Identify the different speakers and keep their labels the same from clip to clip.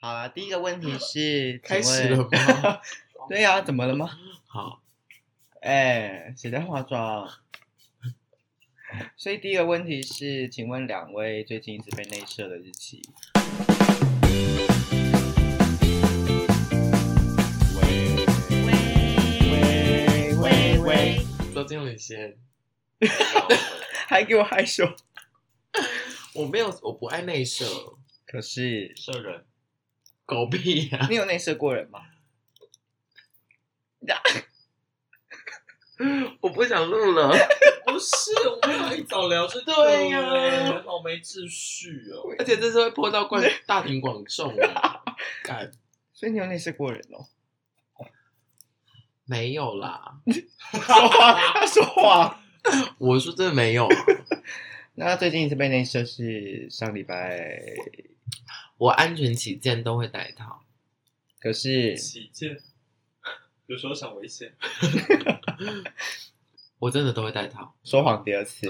Speaker 1: 好啦，第一个问题是，
Speaker 2: 开
Speaker 1: 请
Speaker 2: 始
Speaker 1: 问
Speaker 2: 了吗？
Speaker 1: 对呀、怎么了吗？
Speaker 2: 好，
Speaker 1: 哎，谁在化妆？所以第一个问题是，请问两位最近一次被内射的日期？喂喂喂喂，，
Speaker 2: 周经理先。
Speaker 1: 还给我害羞。
Speaker 2: 我没有，我不爱内射，
Speaker 1: 可是
Speaker 3: 射人，
Speaker 2: 狗屁呀、
Speaker 1: 你有内射过人吗？
Speaker 2: 我不想录了。
Speaker 3: 不是，我们要一早聊这个， 欸
Speaker 2: 对呀
Speaker 3: 好没秩序哦。
Speaker 2: 而且这次会泼到冠大庭广众啊！ 干
Speaker 1: 所以你有内射过人哦？
Speaker 2: 没有啦，
Speaker 1: 说谎，他说谎。
Speaker 2: 我说真的没有啊。
Speaker 1: 那最近一次被内射是上礼拜，
Speaker 2: 我安全起见都会戴套。
Speaker 1: 可是
Speaker 3: 起见，有时候想危险，
Speaker 2: 我真的都会戴套。
Speaker 1: 说谎第二 次。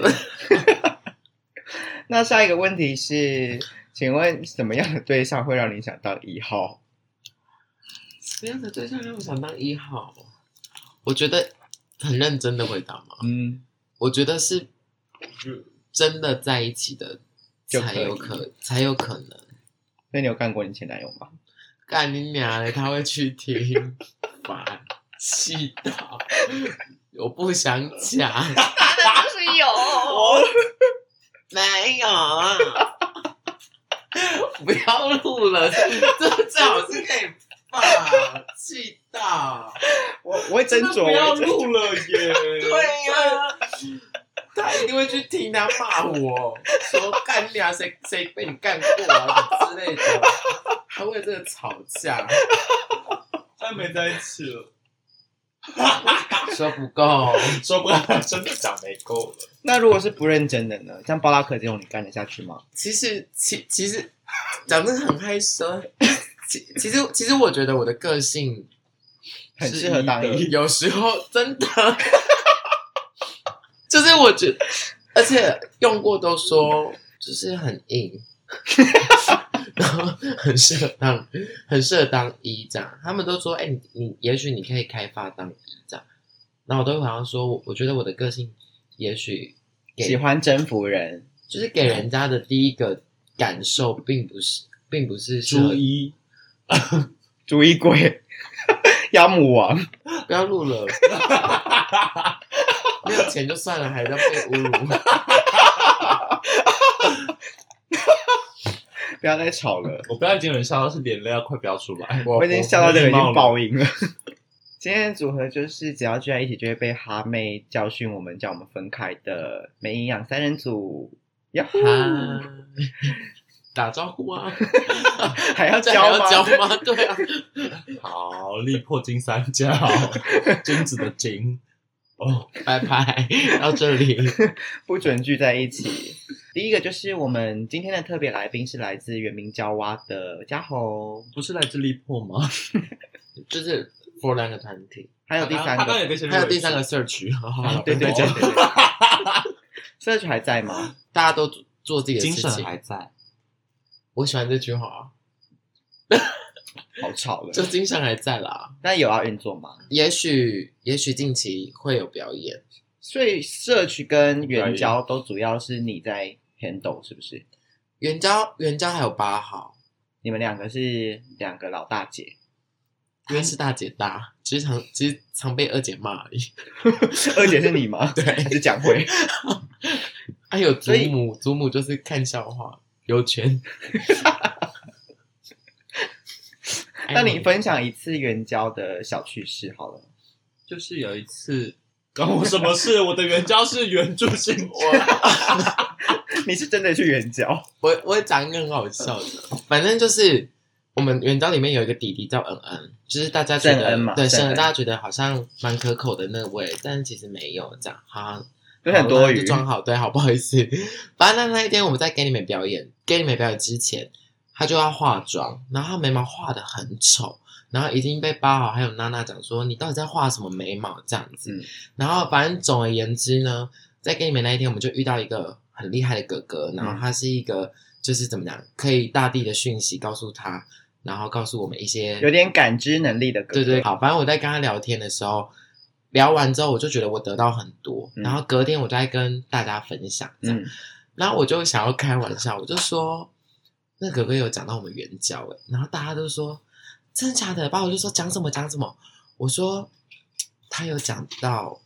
Speaker 1: 那下一个问题是，请问什么样的对象会让你想当一号？
Speaker 2: 什么样的对象让我想当一号？我觉得很认真的回答嘛。
Speaker 1: 嗯，
Speaker 2: 我觉得是
Speaker 3: 就
Speaker 2: 真的在一起的
Speaker 1: 就
Speaker 2: 才
Speaker 1: 可以
Speaker 2: 有可才有可能。
Speaker 1: 那你有干过你前男友吗？
Speaker 2: 干你娘嘞！他会去听，烦，气到，我不想
Speaker 1: 就
Speaker 2: 讲，
Speaker 1: 是有，
Speaker 3: 哦
Speaker 2: 没有啊， 不要录了，这最好是可以放，气到，
Speaker 1: 我我会斟酌，
Speaker 3: 不要
Speaker 1: 我会斟
Speaker 3: 录了耶。
Speaker 2: 对呀、 他一定会去听他骂 我，说干你啊，谁谁被你干过啊之类的，他为这个吵架，
Speaker 3: 他没在一起了，
Speaker 2: 说不够。
Speaker 3: 说不定真的讲没够了。
Speaker 1: 那如果是不认真的呢？像巴拉克这种，你干得下去吗？
Speaker 2: 其实，其其实讲真的很害羞。其其实，其实我觉得我的个性
Speaker 1: 很适合当一，
Speaker 2: 有时候真的， 就是我觉而且用过都说就是很硬， 然后很适合当，很适合当一这样。他们都说，哎、你你也许你可以开发当一这样。然后我都会好像说，我我觉得我的个性也许给
Speaker 1: 喜欢征服人。
Speaker 2: 就是给人家的第一个感受，并不是，并不是说
Speaker 3: 初一，
Speaker 1: 主衣鬼， 亚母王，
Speaker 2: 不要录 了， 没有钱就算了，还要被侮辱。
Speaker 1: 不要再吵了，
Speaker 3: 我不要已经有人笑到是眼泪要快飙出来，
Speaker 2: 我
Speaker 1: 我已经笑到这个已经
Speaker 3: 爆。
Speaker 1: 爆音了。今天的组合就是只要聚在一起就会被哈妹教训我们，叫我们分开的没营养三人组。呀呼，
Speaker 2: 嗨，打招 呼啊，
Speaker 1: 还要
Speaker 2: 这
Speaker 1: 教
Speaker 2: 还要
Speaker 1: 吗？
Speaker 2: 教 吗？对啊，
Speaker 3: 好，力破金三角，金子的 金。哦，
Speaker 2: 拜拜，到这里。
Speaker 1: 不准聚在一起。第一个就是我们今天的特别来宾是来自原名娇蛙的嘉宏，
Speaker 3: 不是来自力破吗？
Speaker 2: 就是 for 两个团体，
Speaker 1: 还有第三
Speaker 3: 他刚
Speaker 1: 个
Speaker 3: 刚，有个前面
Speaker 2: 还有第三个 search，
Speaker 1: 啊对对对对对。社区还在吗？
Speaker 2: 大家都做自己的
Speaker 3: 精
Speaker 2: 事
Speaker 3: 神
Speaker 2: 情。
Speaker 3: 还在，
Speaker 2: 我喜欢这句话，
Speaker 1: 好吵了，
Speaker 2: 就精神还在啦。
Speaker 1: 但有要运作吗？
Speaker 2: 也许，也许近期会有表演。
Speaker 1: 所以社区跟援交都主要是你在 handle 是不是？
Speaker 2: 援交援交还有八号，
Speaker 1: 你们两个是两个老大姐，
Speaker 2: 因为是大姐大，其实常
Speaker 1: 嗯
Speaker 2: 其实常被二姐骂而已。
Speaker 1: 二姐是你吗？
Speaker 2: 对
Speaker 1: 还是蒋慧？
Speaker 2: 还有哎祖
Speaker 1: 所以
Speaker 2: 母，祖母就是看笑话，有 权。哎
Speaker 1: 那你分享一次援交的小趣事好了。
Speaker 3: 就是有一次，关我什么事？我的援交是援助性 质，
Speaker 1: 你是真的去援交？
Speaker 2: 我我讲一个很好笑的，反正就是我们援交里面有一个弟弟叫恩恩，就是大家觉
Speaker 1: 郑
Speaker 2: 得
Speaker 1: 恩嘛
Speaker 2: 对，
Speaker 1: 郑
Speaker 2: 甚
Speaker 1: 恩
Speaker 2: 至大家觉得好像蛮可口的那位，但是其实没有这样，哈，
Speaker 1: 有很多
Speaker 2: 好那
Speaker 1: 余
Speaker 2: 就，装好，对，好不好意思。 反正那那一天我们在给你们表演，给你们表演之前，他就要化妆，然后他眉毛画的很丑，然后已经被八号还有娜娜讲说你到底在画什么眉毛这样子。
Speaker 1: 嗯
Speaker 2: 然后反正总而言之呢，在给你们那一天，我们就遇到一个很厉害的哥哥，然后他是一个就是怎么讲，可以大地的讯息告诉他。然后告诉我们一些
Speaker 1: 有点感知能力的哥哥，
Speaker 2: 对对，好，反正我在跟他聊天的时候，聊完之后我就觉得我得到很多，
Speaker 1: 嗯
Speaker 2: 然后隔天我再跟大家分享，这样，
Speaker 1: 嗯，
Speaker 2: 然后我就想要开玩笑，我就说那哥哥有讲到我们援交哎，然后大家都说真的假的，爸，我就说讲什么讲什么，我说他有讲到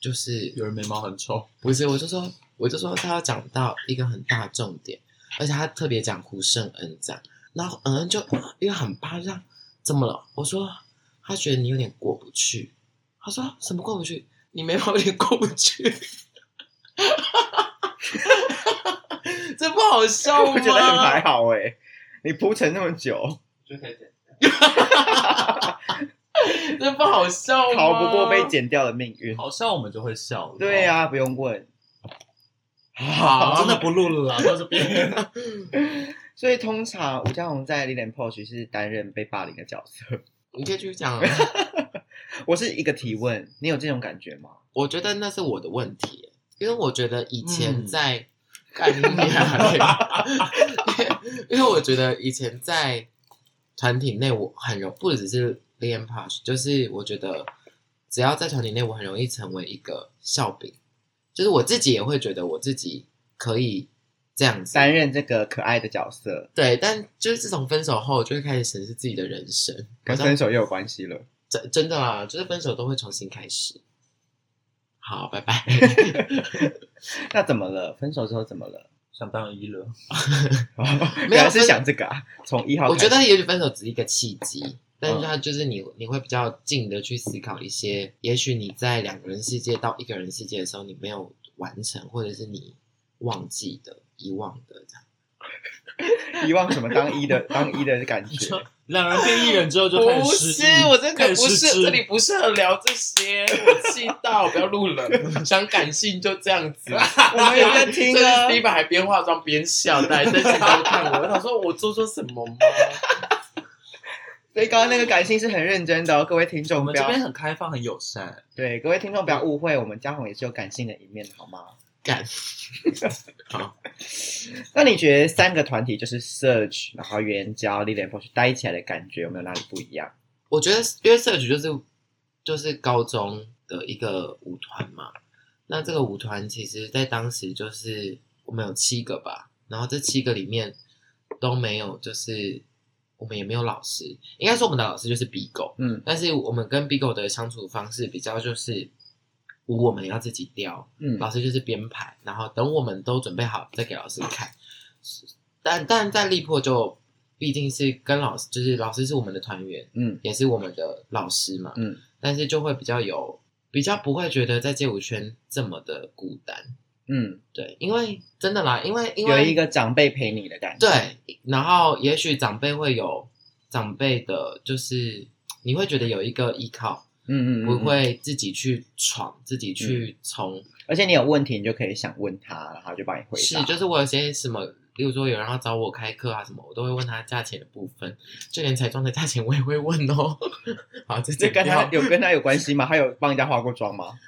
Speaker 2: 就是
Speaker 3: 有人眉毛很丑，
Speaker 2: 不是，我就说，我就说他要讲到一个很大的重点，而且他特别讲胡胜恩这样，然后恩恩就因为很怕，就这样怎么了？我说他觉得你有点过不去，他说什么过不去？你眉毛有点过不去， 这不好啊笑吗？
Speaker 1: 我觉得很还好哎、你铺陈那么久，
Speaker 2: 这不好啊笑吗？
Speaker 1: 逃不过被剪掉的命运。
Speaker 3: 好笑我们就会笑了。
Speaker 1: 对啊呀、不用问。
Speaker 2: 好
Speaker 3: 好，真的不录 了啦，到这边。
Speaker 1: 所以通常吴家宏在《l i l a n Posh》是担任被霸凌的角色。
Speaker 2: 你可以继续讲啊。
Speaker 1: 我是一个提问，你有这种感觉吗？
Speaker 2: 我觉得那是我的问题，因为我觉得以前
Speaker 3: 嗯
Speaker 2: 在干你娘嘞因为 因为我觉得以前在团体内我很容，不只是练 push，就是我觉得只要在团体内，我很容易成为一个笑柄，就是我自己也会觉得我自己可以这样子。
Speaker 1: 担任这个可爱的角色，
Speaker 2: 对，但就是自从分手后，我就会开始审视自己的人生。
Speaker 1: 跟
Speaker 2: 好像
Speaker 1: 分手也有关系了。
Speaker 2: 真真的啦，就是分手都会重新开始。好，拜拜。
Speaker 1: 那怎么了？分手之后怎么 了？
Speaker 3: 想当一了，
Speaker 1: 原来是想这个啊，从一号
Speaker 2: 我
Speaker 1: 开始。
Speaker 2: 觉得也许分手只是一个契机，但是它就是你你会比较静的去思考一些，也许你在两个人世界到一个人世界的时候，你没有完成，或者是你忘记的、遗忘的这样。
Speaker 1: 遗忘什么当一 的当一的感觉，
Speaker 3: 两人变一人之后就开
Speaker 2: 不
Speaker 3: 始
Speaker 2: 是
Speaker 3: 失忆，，
Speaker 2: 我真的
Speaker 3: 开
Speaker 2: 不
Speaker 3: 始
Speaker 2: 是
Speaker 3: 失，
Speaker 2: 这
Speaker 3: 智
Speaker 2: 里不适合聊这些，我气到不要录了。 想感性就这样子，我
Speaker 1: 们有在听啊
Speaker 2: 第一把还边化妆边笑，大家在这都看我，我想说我做错什 么吗？
Speaker 1: 所以刚刚那个感性是很认真的哦，各位听
Speaker 3: 我
Speaker 1: 众不
Speaker 3: 们这
Speaker 1: 要
Speaker 3: 边很开放，很友善。
Speaker 1: 对各位听众不要误会，我们嘉宏也是有感性的一面的，好吗？
Speaker 2: 干，
Speaker 1: 那你觉得三个团体就是 Search，然后援交、力量 p o 待起来的感觉有没有哪里不一样？
Speaker 2: 我觉得因为社局就是就是高中的一个舞团嘛，那这个舞团其实在当时就是我们有七个吧，然后这七个里面都没有，就是我们也没有老师，应该说我们的老师就是 B 狗，
Speaker 1: 嗯
Speaker 2: 但是我们跟 B 狗的相处方式比较就是舞我们要自己雕，
Speaker 1: 嗯
Speaker 2: 老师就是编排，然后等我们都准备好再给老师看。但但在力破就毕竟是跟老师，就是老师是我们的团员，
Speaker 1: 嗯
Speaker 2: 也是我们的老师嘛，
Speaker 1: 嗯，
Speaker 2: 但是就会比较有比较不会觉得在街舞圈这么的孤单，
Speaker 1: 嗯，
Speaker 2: 对，因为真的啦，因为因
Speaker 1: 有
Speaker 2: 为
Speaker 1: 一个长辈陪你的感觉。
Speaker 2: 对，然后也许长辈会有长辈的，就是你会觉得有一个依靠，
Speaker 1: 嗯，嗯嗯，嗯
Speaker 2: 不会自己去闯，自己去冲，
Speaker 1: 而且你有问题，你就可以想问他，然后就帮你回答。
Speaker 2: 是，就是我有些什么，例如说有人要找我开课啊什么，我都会问他价钱的部分，就连彩妆的价钱我也会问哦。 好，这
Speaker 1: 这
Speaker 2: 这
Speaker 1: 跟
Speaker 2: 不要
Speaker 1: 他有跟他有关系吗？他有帮人家化过妆吗？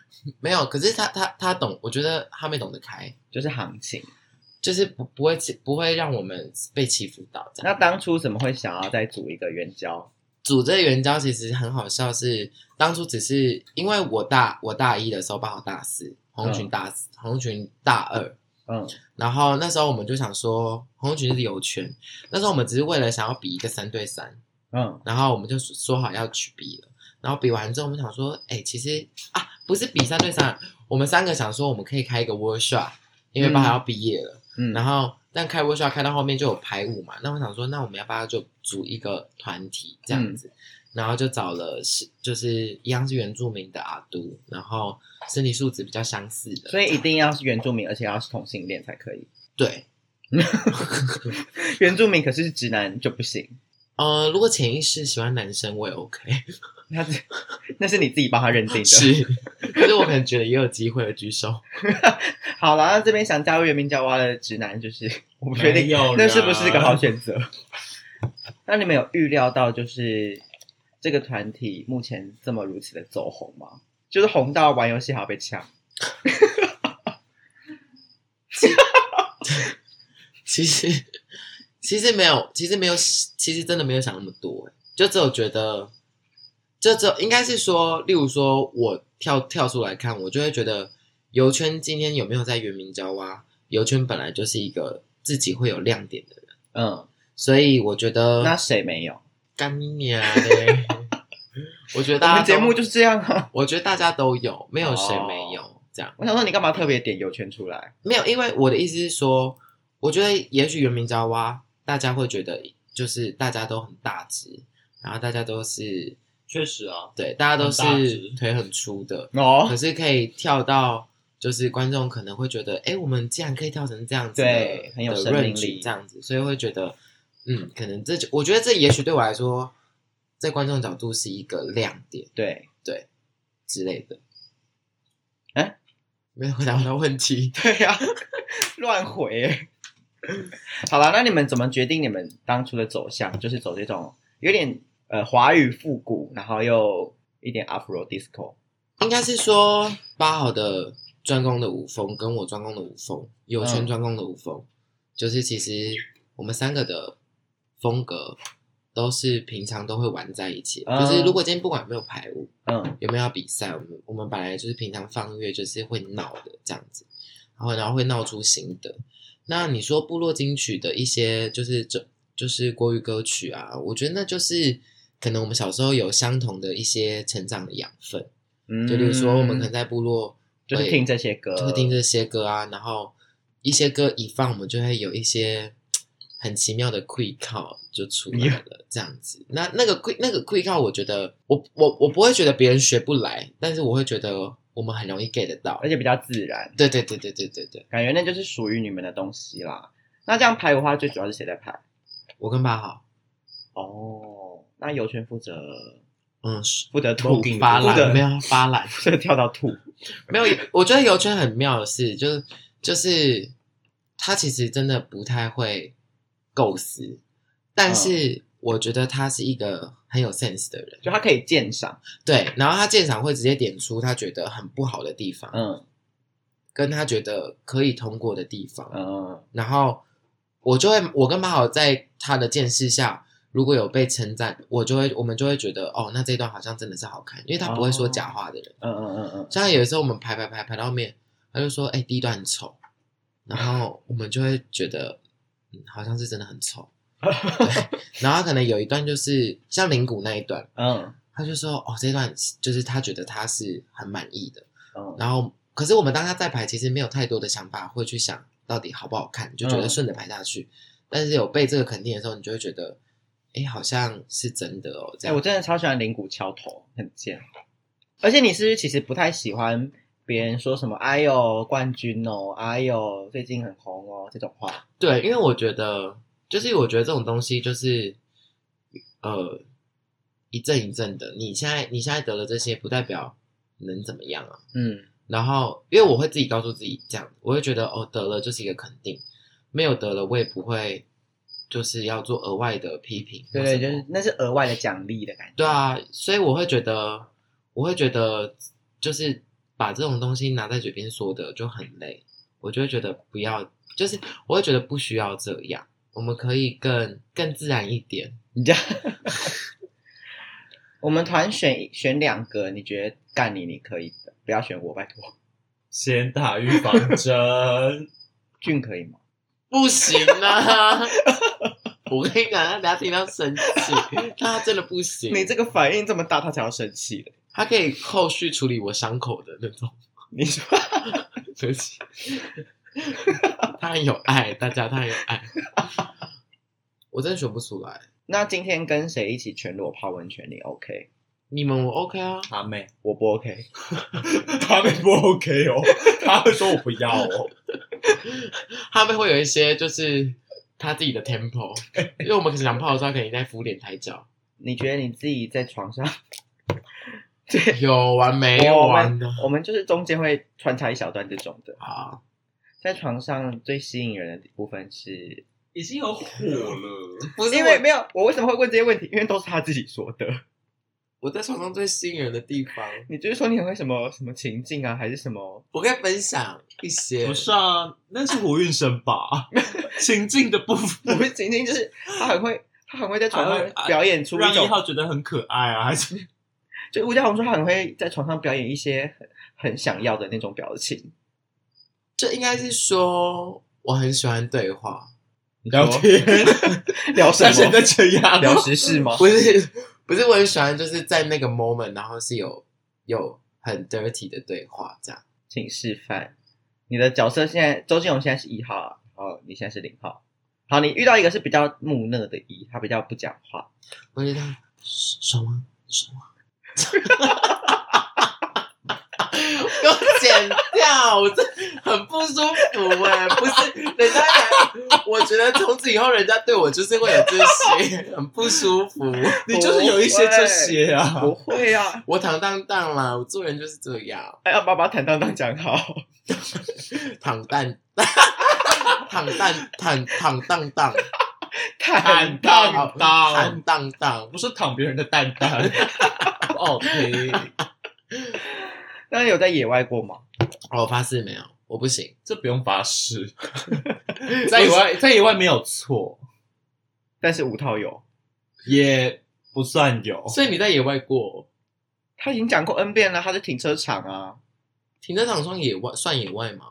Speaker 2: 没有，可是他他他懂，我觉得他没懂得开，
Speaker 1: 就是行情。
Speaker 2: 嗯就是不不会欺不会让我们被欺负到这样。
Speaker 1: 那当初怎么会想要再组一个援交？
Speaker 2: 组这个援交其实很好笑是，当初只是因为我大我大一的时候刚好大四，红群大四、红群大二，
Speaker 1: 嗯
Speaker 2: 然后那时候我们就想说红群是游圈，那时候我们只是为了想要比一个三对三，
Speaker 1: 嗯
Speaker 2: 然后我们就说好要去比了。然后比完之后，我们想说，哎、其实啊，不是比三对三，我们三个想说我们可以开一个 workshop，因为爸爸要毕业了。
Speaker 1: 嗯，
Speaker 2: 然后但开 workshop 开到后面就有排舞嘛，那我想说，那我们要不要就组一个团体这
Speaker 1: 嗯
Speaker 2: 样子？然后就找了是就是一样是原住民的阿都，然后身体素质比较相似的，
Speaker 1: 所以一定要是原住民，而且要是同性恋才可以。
Speaker 2: 对。
Speaker 1: 原住民可是直男就不行，
Speaker 2: 呃，如果潜意识喜欢男生，我也 OK，
Speaker 1: 那是 那是你自己帮他认定的。
Speaker 2: 是，可是我可能觉得也有机会的举手。
Speaker 1: 好了，那这边想加入原民交蛙的直男，就是 我不确定
Speaker 3: 没有啦
Speaker 1: 那是不是个好选择。 那你们有预料到就是这个团体目前这么如此的走红吗？就是红到玩游戏还要被抢，
Speaker 2: 其实，其实没有，其实没有，其实真的没有想那么多，欸就只有觉得，就只有应该是说，例如说我跳跳出来看，我就会觉得游圈今天有没有在原名交啊？游圈本来就是一个自己会有亮点的人，
Speaker 1: 嗯，
Speaker 2: 所以我觉得
Speaker 1: 那谁没有？
Speaker 2: 干你娘 嘞！我觉得
Speaker 1: 我
Speaker 2: 大家
Speaker 1: 们节
Speaker 2: 都
Speaker 1: 目就是哦这样啊。
Speaker 2: 我觉得大家都有，没有谁没有、这样。
Speaker 1: 我想说，你干嘛特别点油圈出来？
Speaker 2: 没有，因为我的意思是说，我觉得也许原名叫蛙，大家会觉得就是大家都很大只，然后大家都是
Speaker 3: 确实啊，
Speaker 2: 对，大家都是
Speaker 3: 很大只
Speaker 2: 腿很粗的，
Speaker 1: 哦
Speaker 2: 可，是可以跳到。就是观众可能会觉得，哎、我们竟然可以跳成这样子的，
Speaker 1: 对很有
Speaker 2: 的
Speaker 1: 生命
Speaker 2: range
Speaker 1: 力
Speaker 2: 这样子，所以会觉得，嗯，可能这就我觉得这也许对我来说，在观众角度是一个亮点
Speaker 1: 对，
Speaker 2: 之类的。
Speaker 1: 哎
Speaker 2: 没有回答到问题，
Speaker 1: 对呀、 乱回欸。好了，那你们怎么决定你们当初的走向？就是走这种有点呃华语复古，然后又一点 Afro Disco。
Speaker 2: 应该是说八号的专攻的舞风跟我专攻的舞风，有圈
Speaker 1: 嗯
Speaker 2: 专攻的舞风，就是其实我们三个的风格都是平常都会玩在一起。
Speaker 1: 嗯
Speaker 2: 就是如果今天不管有没有排舞，
Speaker 1: 嗯
Speaker 2: 有没有要比赛，我们我们本来就是平常放音乐就是会闹的这样子，然后然后会闹出新的。那你说部落金曲的一些就是这就是国语歌曲啊，我觉得那就是可能我们小时候有相同的一些成长的养分。
Speaker 1: 嗯，
Speaker 2: 就比如说我们可能在部落
Speaker 1: 就
Speaker 2: 会
Speaker 1: 是听这些歌，
Speaker 2: 就会听这些歌啊，然后一些歌一放，我们就会有一些很奇妙的 quick call 就出来了，这样子。那那个 quick 那个 quick call，我觉得我我我不会觉得别人学不来，但是我会觉得我们很容易 get 得到
Speaker 1: 而。且比较自然，
Speaker 2: 对对对对对对对，
Speaker 1: 感觉那就是属于你们的东西啦。那这样排的话，最主要是谁在排？
Speaker 2: 我跟八号，
Speaker 1: 哦，那油圈负责
Speaker 2: 嗯，是
Speaker 1: 负责
Speaker 2: 吐
Speaker 1: 吐，
Speaker 2: 发
Speaker 1: 负责
Speaker 2: 懒没有发懒，
Speaker 1: 负责跳到吐。
Speaker 2: 没有，我觉得游圈很妙的是，就是就是他其实真的不太会构思，
Speaker 1: 嗯
Speaker 2: 但是我觉得他是一个很有 sense 的人，
Speaker 1: 就他可以鉴赏，
Speaker 2: 对。然后他鉴赏会直接点出他觉得很不好的地方，
Speaker 1: 嗯
Speaker 2: 跟他觉得可以通过的地方，
Speaker 1: 嗯
Speaker 2: 然后我就会，我跟马好在他的见识下。如果有被称赞，我就会，我们就会觉得，哦，那这段好像真的是好看，因为他不会说假话的人。
Speaker 1: 嗯嗯嗯嗯，
Speaker 2: 像有时候我们排排排排到后面，他就说：“哎、第一段很丑。”然后我们就会觉得，嗯，好像是真的很丑。对，然后他可能有一段就是像灵谷那一段，
Speaker 1: 嗯
Speaker 2: 他就说：“哦，这段就是他觉得他是很满意的。”
Speaker 1: 嗯，
Speaker 2: 然后，可是我们当他在排，其实没有太多的想法会去想到底好不好看，就觉得
Speaker 1: 嗯
Speaker 2: 顺着排下去。但是有被这个肯定的时候，你就会觉得，哎、好像是真的哦。这
Speaker 1: 哎、
Speaker 2: 样，
Speaker 1: 我真的超喜欢灵骨敲头，很贱。而且你是不是其实不太喜欢别人说什么“哎呦冠军哦”“哎呦最近很红哦”这种话？
Speaker 2: 对，因为我觉得，就是我觉得这种东西就是，呃，一阵一阵的。你现在你现在得了这些，不代表能怎么样啊。
Speaker 1: 嗯
Speaker 2: 然后，因为我会自己告诉自己这样，我会觉得哦，得了就是一个肯定，没有得了我也不会，就是要做额外的批评或
Speaker 1: 对
Speaker 2: 什
Speaker 1: 对，
Speaker 2: 么。
Speaker 1: 就是那是额外的奖励的感觉。
Speaker 2: 对，啊，所以我会觉得，我会觉得就是把这种东西拿在嘴边说的就很累，我就会觉得不要，就是我会觉得不需要这样，我们可以更更自然一点。
Speaker 1: 你这样。我们团选选两个，你觉得干你你可以的，不要选我，拜托。
Speaker 3: 先打预防针。
Speaker 1: 俊可以吗？
Speaker 2: 不行啊！ 我跟你讲，他等下听到生气，他真的不行。
Speaker 1: 你这个反应这么大，他才要生气的。
Speaker 2: 他可以后续处理我伤口的那种，
Speaker 1: 你说，
Speaker 2: 对不起。他很有爱，大家他很有爱。我真的选不出来，
Speaker 1: 那今天跟谁一起全裸泡温泉，你 OK？
Speaker 2: 你们我 OK 啊？
Speaker 3: 他妹，
Speaker 1: 我不 OK。
Speaker 3: 他妹不 OK 哦，他会说我不要哦。
Speaker 2: 他们会有一些就是他自己的 tempo，因为我们可能想泡的时候，可能在敷脸抬脚，
Speaker 1: 你觉得你自己在床上
Speaker 2: 有完没 有完的
Speaker 1: 我们就是中间会穿插一小段这种的。
Speaker 2: 啊？
Speaker 1: 在床上最吸引人的部分是，
Speaker 3: 已经有火了，
Speaker 2: 不是
Speaker 1: 因为没有我为什么会问这些问题？因为都是他自己说的。
Speaker 2: 我在床上最吸引人的地方，
Speaker 1: 你就是说你很会什么什么情境啊，还是什么？
Speaker 2: 我可以分享一些
Speaker 3: 不。是啊，那是胡运生吧？ 情境的部
Speaker 1: 我
Speaker 3: 分
Speaker 1: 们情境就是他很会，他很会在床
Speaker 3: 还会啊
Speaker 1: 上表演出一
Speaker 3: 让一
Speaker 1: 种，
Speaker 3: 号觉得很可爱啊，还是
Speaker 1: 就吴家宏说他很会在床上表演一些很很想要的那种表情。
Speaker 2: 这应该是说我很喜欢对话，
Speaker 1: 你
Speaker 3: 聊
Speaker 1: 说
Speaker 3: 天？
Speaker 1: 聊什
Speaker 3: 像 现在
Speaker 1: 么？
Speaker 3: 这样，啊
Speaker 1: 聊时事吗？
Speaker 2: 不是不是我很喜欢，就是在那个 moment，然后是有有很 dirty 的对话这样。
Speaker 1: 请示范。你的角色现在，周建荣现在是一号啊，然后你现在是零号。好，你遇到一个是比较木讷的一，他比较不讲话，
Speaker 2: 我觉得爽
Speaker 3: 啊
Speaker 2: 吗？爽吗？ 给我剪掉，我这很不舒服哎、不是人家来，我觉得从此以后人家对我就是会有这些，很不舒服。
Speaker 3: 你 就是有一些这些啊。
Speaker 1: 不会啊，
Speaker 2: 我坦荡荡啦，我做人就是这样，
Speaker 1: 哎，要把把坦荡荡讲好。
Speaker 2: 坦荡， 坦荡坦坦荡荡，
Speaker 1: 坦
Speaker 3: 荡荡
Speaker 2: 坦荡荡
Speaker 3: 不。是躺别人的蛋蛋，
Speaker 2: 哦，可以。
Speaker 1: 那你有在野外过吗？
Speaker 2: 哦，我发誓没有，我不行。
Speaker 3: 这不用发誓。 在以外，在以外没有错，
Speaker 1: 但是五套有，
Speaker 3: 也不算有。
Speaker 2: 所以你在野外过，
Speaker 1: 他已经讲过 N 遍了，他是停车场啊。
Speaker 2: 停车场算野外算野外吗？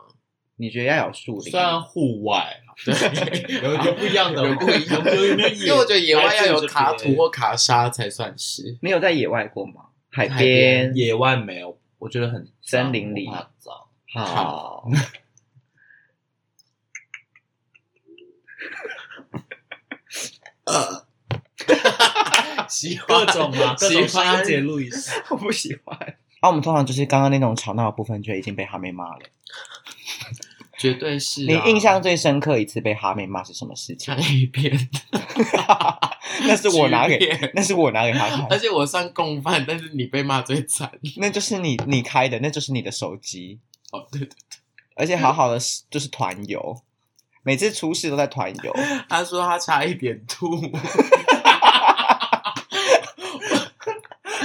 Speaker 1: 你觉得要有树林？
Speaker 3: 虽然户 外，啊对，有有不一样的，
Speaker 2: 有不一样
Speaker 3: 有有没有野？
Speaker 2: 因为我觉得野外要有卡
Speaker 3: 还是有
Speaker 2: 土
Speaker 3: 这边
Speaker 2: 或卡沙才算是。
Speaker 1: 你有在野外过吗？海
Speaker 2: 海边
Speaker 1: 边。
Speaker 3: 野外没有，我觉得很脏
Speaker 1: 森林里
Speaker 3: 我怕脏。
Speaker 1: 好，
Speaker 2: 呃，喜欢
Speaker 3: 各种嘛，各种
Speaker 2: 喜欢
Speaker 3: 上节录一下。
Speaker 1: 我不喜 欢。啊，我们通常就是刚刚那种吵闹的部分就已经被哈妹骂了。
Speaker 2: 绝对是、啊
Speaker 1: 你印象最深刻一次被哈妹骂是什么事 情
Speaker 2: 看？一遍，
Speaker 1: 那是我拿
Speaker 2: 剧
Speaker 1: 给，
Speaker 2: 变
Speaker 1: 那是我拿给他看
Speaker 2: 而， 且我算共犯，但是你被骂最惨。
Speaker 1: 那就是你你开的，那就是你的手机，
Speaker 2: 哦，对对，
Speaker 1: 而且好好的是就是团游，每次出事都在团游，
Speaker 2: 他说他差一点吐，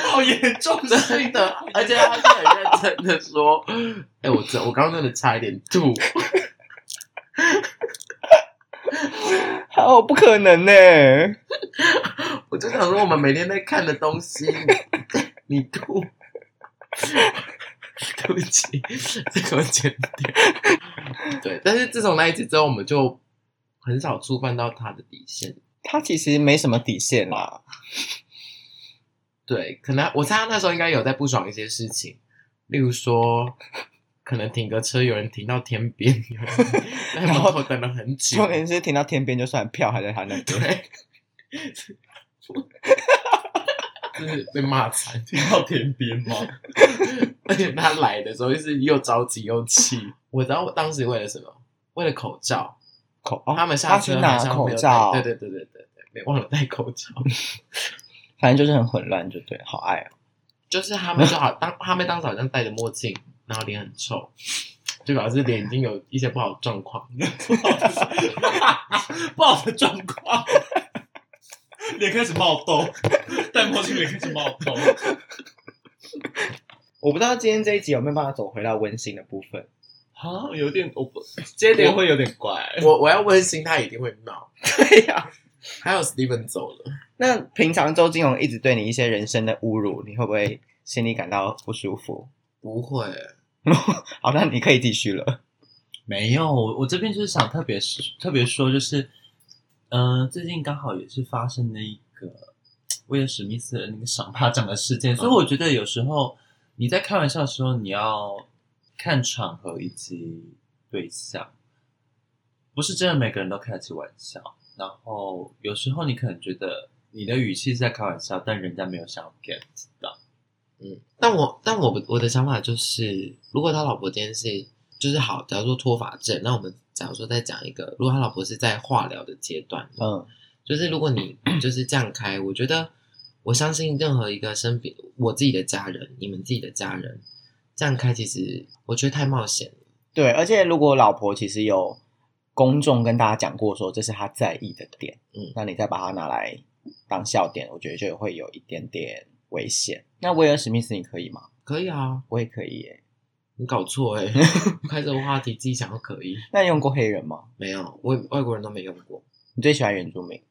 Speaker 3: 好严重的，
Speaker 2: 真的，而且他是很认真的说，哎、我真我刚刚真的差一点吐。
Speaker 1: 好不可能呢、
Speaker 2: 我就想说，我们每天在看的东西，你吐，对不起，这个我剪掉。对，但是自从那一次之后，我们就很少触犯到他的底线。
Speaker 1: 他其实没什么底线啦，
Speaker 2: 对，可能我猜他那时候应该有在不爽一些事情，例如说，可能停个车有人停到天边，有人在门口等了很久
Speaker 1: 重。点是停到天边就算，票还在他那边。
Speaker 2: 对，就是被骂惨。
Speaker 3: 听到天边吗？
Speaker 2: 而且他来的时候就是又着急又气。我知道我当时为了什么？为了口罩。
Speaker 1: 口哦，
Speaker 2: 他们下
Speaker 1: 去
Speaker 2: 车好
Speaker 1: 拿
Speaker 2: 像
Speaker 1: 口
Speaker 2: 没有戴
Speaker 1: 罩，
Speaker 2: 对对对对对对，没忘了戴口罩。
Speaker 1: 反正就是很混乱，就对，好爱哦。
Speaker 2: 就是他们就好当他们当时好像戴着墨镜，然后脸很臭，就表示脸已经有一些不好的状况。
Speaker 3: 不好的状况， 脸开始冒痘， 戴墨镜脸开始冒痘。
Speaker 1: 我不知道今天这一集有没有办法走回到温馨的部 分，
Speaker 3: 好，有点我不，这一点会有点怪。
Speaker 2: 我我要温馨，他一定会闹。
Speaker 1: 对呀、
Speaker 2: 还有 Steven 走了，
Speaker 1: 那平常周金龙一直对你一些人生的侮辱，你会不会心里感到不舒服？
Speaker 2: 不会，
Speaker 1: 好，那你可以继续了。
Speaker 3: 没有，我我这边就是想特别特别说，就是，呃，最近刚好也是发生了一个威尔史密斯的那个赏巴掌的事件，所以我觉得有时候你在开玩笑的时候，你要看场合以及对象，不是真的每个人都开得起玩笑。然后有时候你可能觉得你的语气是在开玩笑，但人家没有想要 get 到。
Speaker 2: 嗯，但我但我不我的想法就是，如果他老婆今天是就是好，假如说脱发症，那我们假如说再讲一个，如果他老婆是在化疗的阶段，
Speaker 1: 嗯，
Speaker 2: 就是如果你就是这样开，我觉得我相信任何一个身边我自己的家人，你们自己的家人这样开，其实我觉得太冒险了。
Speaker 1: 对，而且如果老婆其实有公众跟大家讲过说这是她在意的点，嗯
Speaker 2: 嗯，
Speaker 1: 那你再把它拿来当笑点，我觉得就会有一点点危险。那威尔史密斯你可以吗？
Speaker 2: 可以啊，
Speaker 1: 我也可以耶。
Speaker 2: 你搞错哎、开这个话题自己想要可以，
Speaker 1: 那你用过黑人吗？
Speaker 2: 没有，我外国人都没用过，
Speaker 1: 你最喜欢原住民？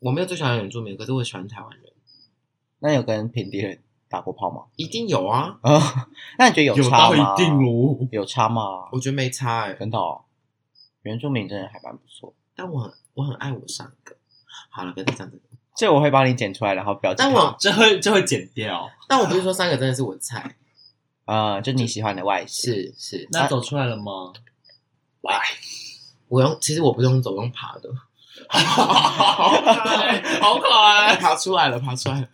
Speaker 2: 我没有最喜欢原住民，可是我喜欢台湾人，
Speaker 1: 那你有跟平地人打过炮吗？
Speaker 2: 一定有啊，
Speaker 1: 啊、那你觉得有差
Speaker 3: 到
Speaker 1: 吗？
Speaker 3: 一定哦。
Speaker 1: 有差吗？
Speaker 2: 我觉得没差哎、
Speaker 1: 真的、哦，原住民真的还蛮不错。
Speaker 2: 但我很我很爱我上一个。好了，不要再讲这个。
Speaker 1: 这我会帮你剪出来，然后标记它。
Speaker 2: 但我
Speaker 3: 这会这会剪掉，
Speaker 2: 但我不是说三个真的是我的菜，
Speaker 1: 呃，就你喜欢的外形，
Speaker 2: 是是，啊
Speaker 3: 那走出来了吗？
Speaker 2: 我用其实我不用走，我用爬的，
Speaker 3: 好可爱，好可爱，
Speaker 2: 爬出来了，爬出来 了，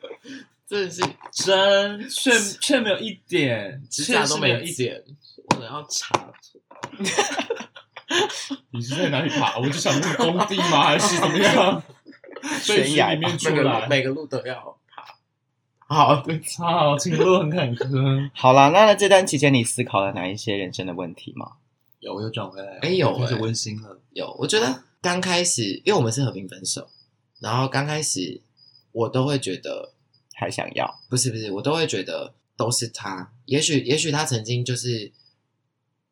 Speaker 2: 真的是
Speaker 3: 真却却没有一点
Speaker 2: 指甲都没
Speaker 3: 确实有一点。
Speaker 2: 剪，我要查。
Speaker 3: 你是在哪里爬？我就想问工地吗？还是怎么 样？
Speaker 1: 悬
Speaker 3: 水
Speaker 1: 崖
Speaker 3: 里面出
Speaker 2: 每个路
Speaker 3: 来，
Speaker 2: 每个路都要爬。好，对，
Speaker 3: 操，情路很坎坷。
Speaker 1: 好啦，那这段期间你思考了哪一些人生的问题吗？
Speaker 3: 有，我又转回来了，
Speaker 2: 哎有
Speaker 3: 开始
Speaker 2: 哎
Speaker 3: 温馨了。
Speaker 2: 有，我觉得刚开始，因为我们是和平分手，然后刚开始我都会觉得，
Speaker 1: 还想要？
Speaker 2: 不是不是，我都会觉得都是他，也许也许他曾经就是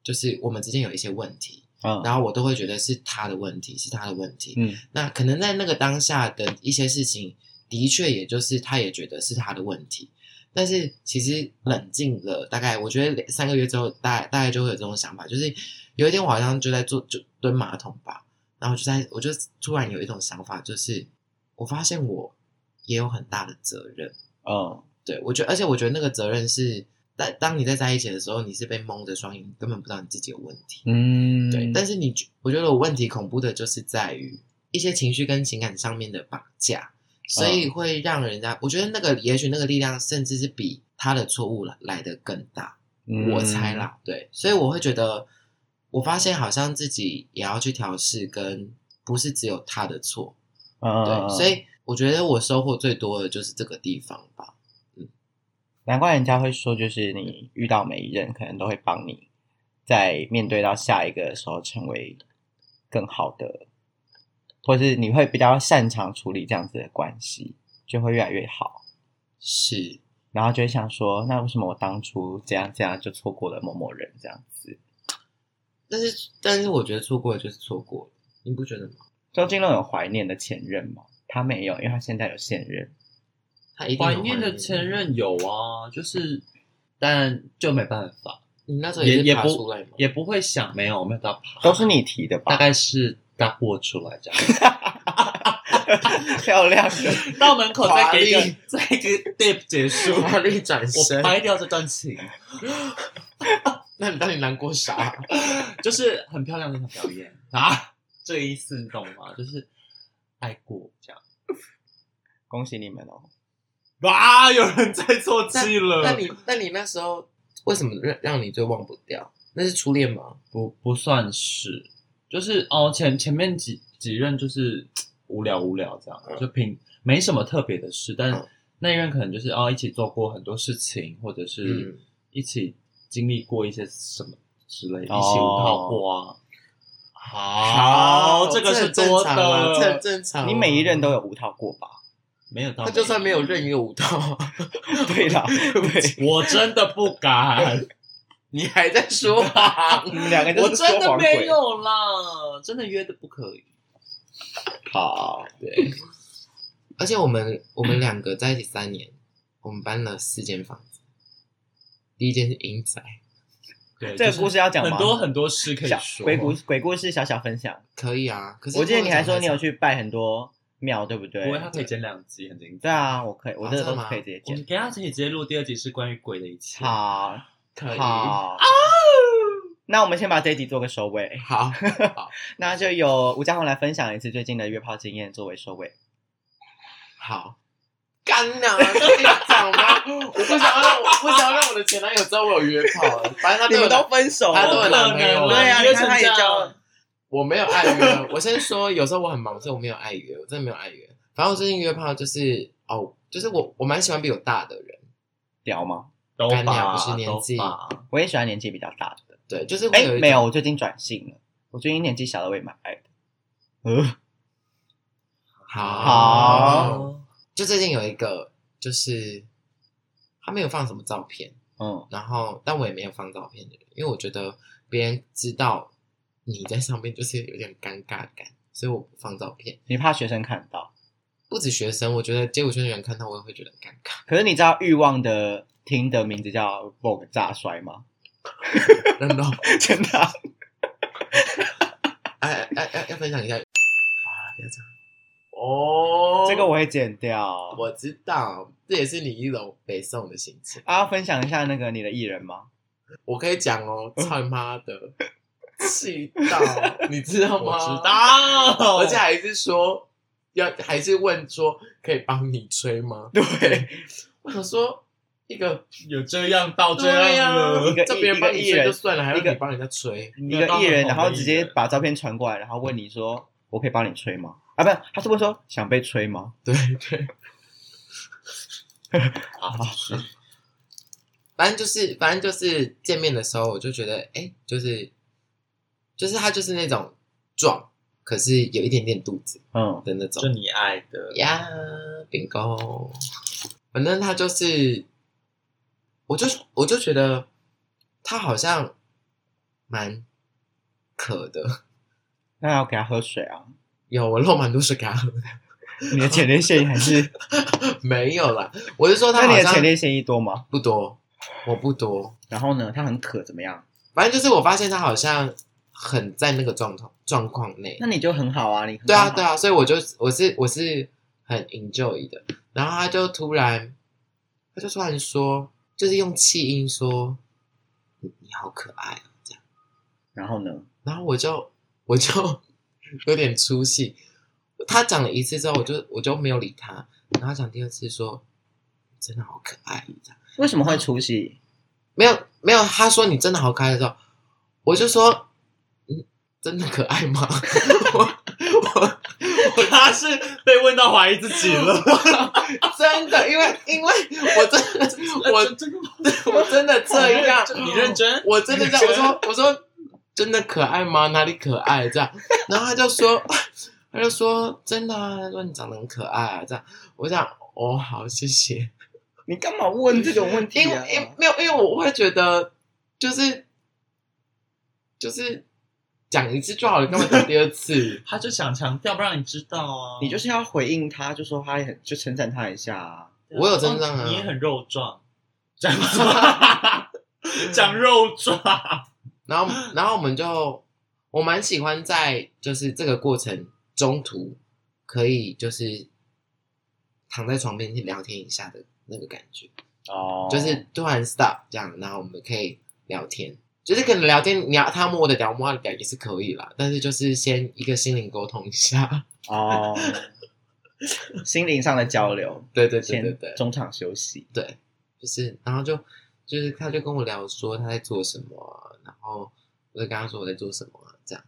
Speaker 2: 就是我们之间有一些问题，
Speaker 1: 嗯
Speaker 2: 然后我都会觉得是他的问题，是他的问题。
Speaker 1: 嗯
Speaker 2: 那可能在那个当下的一些事情，的确也就是他也觉得是他的问题，但是其实冷静了，大概我觉得两三个月之后，大大概就会有这种想法，就是有一天我好像就在做就蹲马桶吧，然后就在我就突然有一种想法，就是我发现我也有很大的责任，
Speaker 1: 嗯，
Speaker 2: 对我觉得，而且我觉得那个责任是。在当你在在一起的时候，你是被蒙着双眼，你根本不知道你自己有问题。
Speaker 1: 嗯，
Speaker 2: 对，但是你觉我觉得我问题恐怖的就是在于一些情绪跟情感上面的绑架，所
Speaker 1: 嗯
Speaker 2: 以会让人家、我觉得那个也许那个力量甚至是比他的错误来来的更大，
Speaker 1: 嗯
Speaker 2: 我猜，啦，对，所以我会觉得我发现好像自己也要去调试，跟不是只有他的错，
Speaker 1: 嗯，
Speaker 2: 对，
Speaker 1: 嗯
Speaker 2: 所以我觉得我收获最多的就是这个地方吧，
Speaker 1: 难怪人家会说，就是你遇到每一任，可能都会帮你在面对到下一个的时候，成为更好的，或是你会比较擅长处理这样子的关系，就会越来越好。
Speaker 2: 是
Speaker 1: 然后就会想说，那为什么我当初这样这样就错过了某某人这样子？
Speaker 2: 但是但是我觉得错过了就是错过了，你不觉得吗？
Speaker 1: 周金龙有怀念的前任吗？他没有，因为他现在有现任。
Speaker 2: 他一定
Speaker 3: 怀
Speaker 2: 有
Speaker 3: 念的前任有啊，就是，但就没办法，
Speaker 2: 你那时候
Speaker 3: 也
Speaker 2: 也
Speaker 3: 也
Speaker 2: 是爬
Speaker 3: 不
Speaker 2: 出来吗？
Speaker 3: 也不会想没有没有到爬，
Speaker 1: 都是你提的
Speaker 3: 大
Speaker 1: 吧？
Speaker 3: 概是大过出来这样。
Speaker 1: 漂亮的，
Speaker 3: 到门口再给一
Speaker 2: 华丽
Speaker 3: 个再给一个 dip 结束，
Speaker 2: 华丽转
Speaker 3: 我
Speaker 2: 身。
Speaker 3: 掰掉这段情，
Speaker 2: 那你到底难过啥？
Speaker 3: 就是很漂亮的一场表演啊，这个意思你懂吗？就是爱过这样。
Speaker 1: 恭喜你们哦！
Speaker 3: 哇，啊有人在做记了，
Speaker 2: 那你那你那时候为什么让让你最忘不掉？那是初恋吗？
Speaker 3: 不不算是，就是哦前前面几几任就是无聊无聊这样，就平没什么特别的事，但
Speaker 2: 嗯
Speaker 3: 那一任可能就是哦一起做过很多事情，或者是
Speaker 2: 嗯
Speaker 3: 一起经历过一些什么之类，一起
Speaker 1: 哦
Speaker 3: 舞蹈过啊。这个是
Speaker 2: 哦很正
Speaker 3: 多
Speaker 2: 常啊这很
Speaker 3: 的，
Speaker 2: 正常啊。哦
Speaker 1: 你每一任都有五套过吧？
Speaker 3: 没有到
Speaker 2: 他就算没有任一个舞蹈，
Speaker 1: 对啦，对，
Speaker 3: 我真的不敢，
Speaker 2: 你还在说谎
Speaker 1: 你们两个
Speaker 3: 我
Speaker 1: 就是
Speaker 3: 真
Speaker 1: 说
Speaker 3: 的
Speaker 1: 谎
Speaker 3: 没
Speaker 1: 鬼。
Speaker 3: 有啦，真的约的不可以。
Speaker 1: 好，
Speaker 3: 对，
Speaker 2: 而且我们我们两个在一起三年，我们搬了四间房子。第一间是英仔，
Speaker 3: 对，
Speaker 1: 这
Speaker 3: 就
Speaker 1: 个
Speaker 3: 是
Speaker 1: 故事要讲吗
Speaker 3: 很多很多事可以
Speaker 1: 小
Speaker 3: 说。
Speaker 1: 鬼故鬼故事小小分享。
Speaker 2: 可以啊。可是
Speaker 1: 我记得你还
Speaker 2: 后
Speaker 1: 说
Speaker 2: 来
Speaker 1: 你有去拜很多庙，对不对？
Speaker 3: 不会，他可以剪两集，很精彩。
Speaker 1: 对啊，我可以，我
Speaker 2: 啊
Speaker 1: 这个
Speaker 2: 真的
Speaker 1: 都
Speaker 2: 吗
Speaker 1: 可以直接
Speaker 3: 我们
Speaker 1: 剪。
Speaker 3: 等一下可以直接录第二集，是关于鬼的一切。
Speaker 1: 好，
Speaker 2: 可以
Speaker 1: 好
Speaker 3: 啊
Speaker 1: 那我们先把这一集做个收尾，
Speaker 2: 好，
Speaker 1: 那就由吴嘉宏来分享一次最近的约炮经验作为收尾。
Speaker 2: 好，干呐、啊，自己讲吧。我不想要让我不想要让我的前男友知道我有约炮，反正他
Speaker 1: 你
Speaker 2: 对我
Speaker 1: 们
Speaker 2: 来
Speaker 1: 都分手
Speaker 2: 他都有
Speaker 1: 了，
Speaker 2: 男朋友
Speaker 3: 不可能
Speaker 1: 对啊，
Speaker 3: 约
Speaker 1: 你
Speaker 3: 成
Speaker 1: 看他也
Speaker 3: 这样
Speaker 1: 交，
Speaker 2: 我没有爱约。我先说，有时候我很忙，所以我没有爱约，我真的没有爱约。反正我最近约炮就是哦，就是我我蛮喜欢比我大的人，
Speaker 1: 屌吗？
Speaker 3: 都
Speaker 2: 干
Speaker 3: 吧，
Speaker 2: 娘不是年纪
Speaker 3: 都吧
Speaker 1: 我也喜欢年纪比较大的。
Speaker 2: 对，就是会
Speaker 1: 哎
Speaker 2: 有，一
Speaker 1: 没有，
Speaker 2: 种
Speaker 1: 我最近转性了，我最近年纪小的我也蛮爱的。呃，
Speaker 2: 好
Speaker 1: 好，
Speaker 2: 就最近有一个就是他没有放什么照片，
Speaker 1: 嗯，
Speaker 2: 然后但我也没有放照片的人，因为我觉得别人知道你在上面就是有点尴尬感，所以我不放照片。
Speaker 1: 你怕学生看到，
Speaker 2: 不止学生，我觉得街舞圈的人看到我也会觉得很尴尬。
Speaker 1: 可是你知道欲望的听的名字叫 Vogue 炸摔吗？
Speaker 2: 真的， 哦
Speaker 1: 真的啊、
Speaker 2: 哎哎哎，要分享一下，啊，不要这样。哦
Speaker 1: 这个我会剪掉。
Speaker 2: 我知道，这也是你一楼北宋的行程。
Speaker 1: 啊，要分享一下那个你的艺人吗？
Speaker 2: 我可以讲哦，操你妈的，气到，你知道吗？
Speaker 3: 我知，道，
Speaker 2: 而且还是说要，还是问说可以帮你吹吗？
Speaker 1: 对，
Speaker 2: 我想说一个
Speaker 3: 有这样到这
Speaker 2: 对呀、啊
Speaker 3: 样了，，
Speaker 1: 个
Speaker 2: 叫别人帮你
Speaker 1: 一个艺
Speaker 2: 吹
Speaker 1: 人
Speaker 2: 就算了，还要
Speaker 1: 一个
Speaker 2: 你帮人家吹，
Speaker 1: 一个艺人，然后直接把照片传过来，然后问你说：“我可以帮你吹吗？”啊，不是，他是问说想被吹吗？
Speaker 2: 对对。
Speaker 1: 啊，
Speaker 2: 反正就是，反正就是见面的时候，我就觉得，哎、就是，就是他就是那种壮，可是有一点点肚子
Speaker 1: 嗯，
Speaker 2: 的那种
Speaker 3: 就，你爱的，
Speaker 2: 呀，饼干。反正他就是，我就我就觉得他好像蛮渴的，
Speaker 1: 那要给他喝水啊。
Speaker 2: 有我漏蛮多水给他喝的，
Speaker 1: 你的前列腺还 是？
Speaker 2: 没有啦，我是说他
Speaker 1: 那
Speaker 2: 好
Speaker 1: 你的
Speaker 2: 像
Speaker 1: 前列腺液多吗？
Speaker 2: 不多，我不多，
Speaker 1: 然后呢，他很渴，怎么样？
Speaker 2: 反正就是我发现他好像很在那个状况状况内，
Speaker 1: 那你就很好啊，你
Speaker 2: 对啊，对
Speaker 1: 啊，
Speaker 2: 啊，所以我就我是我是很 enjoy 的。然后他就突然，他就突然说，就是用气音说：“你你好可爱哦。
Speaker 1: 然后呢？”
Speaker 2: 然后我就我就 有点出戏。他讲了一次之后，我就我就没有理他。然后他讲第二次说：“真的好可爱。”哦这样
Speaker 1: 为什么会出戏？
Speaker 2: 没有没有，他说你真的好可爱的时候，我就说：“嗯，真的可爱吗？” 我我
Speaker 3: 他是被问到怀疑自己了。
Speaker 2: 真的，因为因为我真的我
Speaker 3: 这个
Speaker 2: 我真的这样，
Speaker 3: 你认真？？
Speaker 2: 我真的这样，我说我说真的可爱吗？哪里可爱？这样，然后他就说 他就说真的啊，他说你长得很可爱啊，这样，我想哦好谢谢，
Speaker 1: 你干嘛问这种问题
Speaker 2: 因为
Speaker 1: 啊？
Speaker 2: 因为没有因为我会觉得就是就是讲一次就好了，干嘛讲第二次
Speaker 3: 他就想强调，不让你知道啊。
Speaker 1: 你就是要回应他，就说他也很，就称赞他一下啊。
Speaker 2: 我有真让啊
Speaker 3: 哦你也很肉壮，讲 讲肉 壮，
Speaker 2: 然后然后我们就我蛮喜欢在就是这个过程中途可以就是躺在床边去聊天一下的那个感觉，
Speaker 1: 哦
Speaker 2: 就是突然 stop 这样，然后我们可以聊天。就是可能聊天，你要他摸我的屌，我摸他的屌也是可以啦。但是就是先一个心灵沟通一下，
Speaker 1: 哦， 心灵上的交流，
Speaker 2: 对对对对
Speaker 1: 先
Speaker 2: 对，
Speaker 1: 中场休息。
Speaker 2: 对，就是然后就就是他就跟我聊说他在做什么啊、然后我就跟他说我在做什么、啊、这样。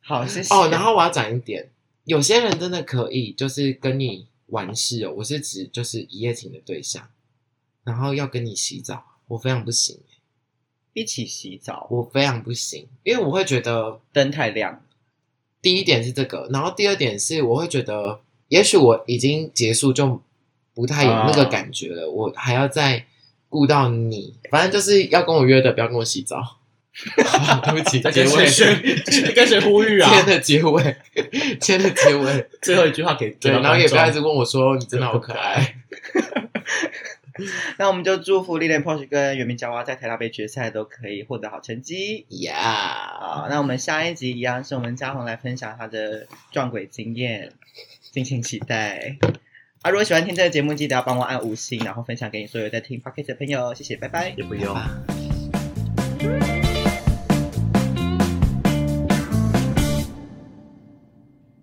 Speaker 1: 好，谢谢。
Speaker 2: 哦，然后我要讲一点，有些人真的可以就是跟你完事哦，我是指就是一夜情的对象，然后要跟你洗澡，我非常不行，
Speaker 1: 一起洗澡，
Speaker 2: 我非常不行，因为我会觉得
Speaker 1: 灯太亮。
Speaker 2: 第一点是这个，然后第二点是我会觉得，也许我已经结束就不太有那个感觉
Speaker 3: 啊
Speaker 2: 了，我还要再顾到你，反正就是要跟我约的，不要跟我洗 澡。对不起，结尾，
Speaker 3: 谁跟谁呼 吁啊？
Speaker 2: 天的结尾，天的结 尾。
Speaker 3: 最啊后一句话给
Speaker 2: 对，
Speaker 3: 给到
Speaker 2: 然后也不要一
Speaker 3: 观
Speaker 2: 直
Speaker 3: 众
Speaker 2: 问我说你真的好可 爱。
Speaker 1: 那我们就祝福丽莲 Posh 跟袁明佳娃在台大杯决赛都可以获得好成绩。
Speaker 2: Yeah，
Speaker 1: 好，那我们下一集一样是我们嘉宏来分享他的撞鬼经验，敬请期待。啊，如果喜欢听这个节目，记得要帮我按五星，然后分享给你所有在听 p o c k e t 的朋友，谢谢，拜拜。
Speaker 3: 也不用。
Speaker 2: 吧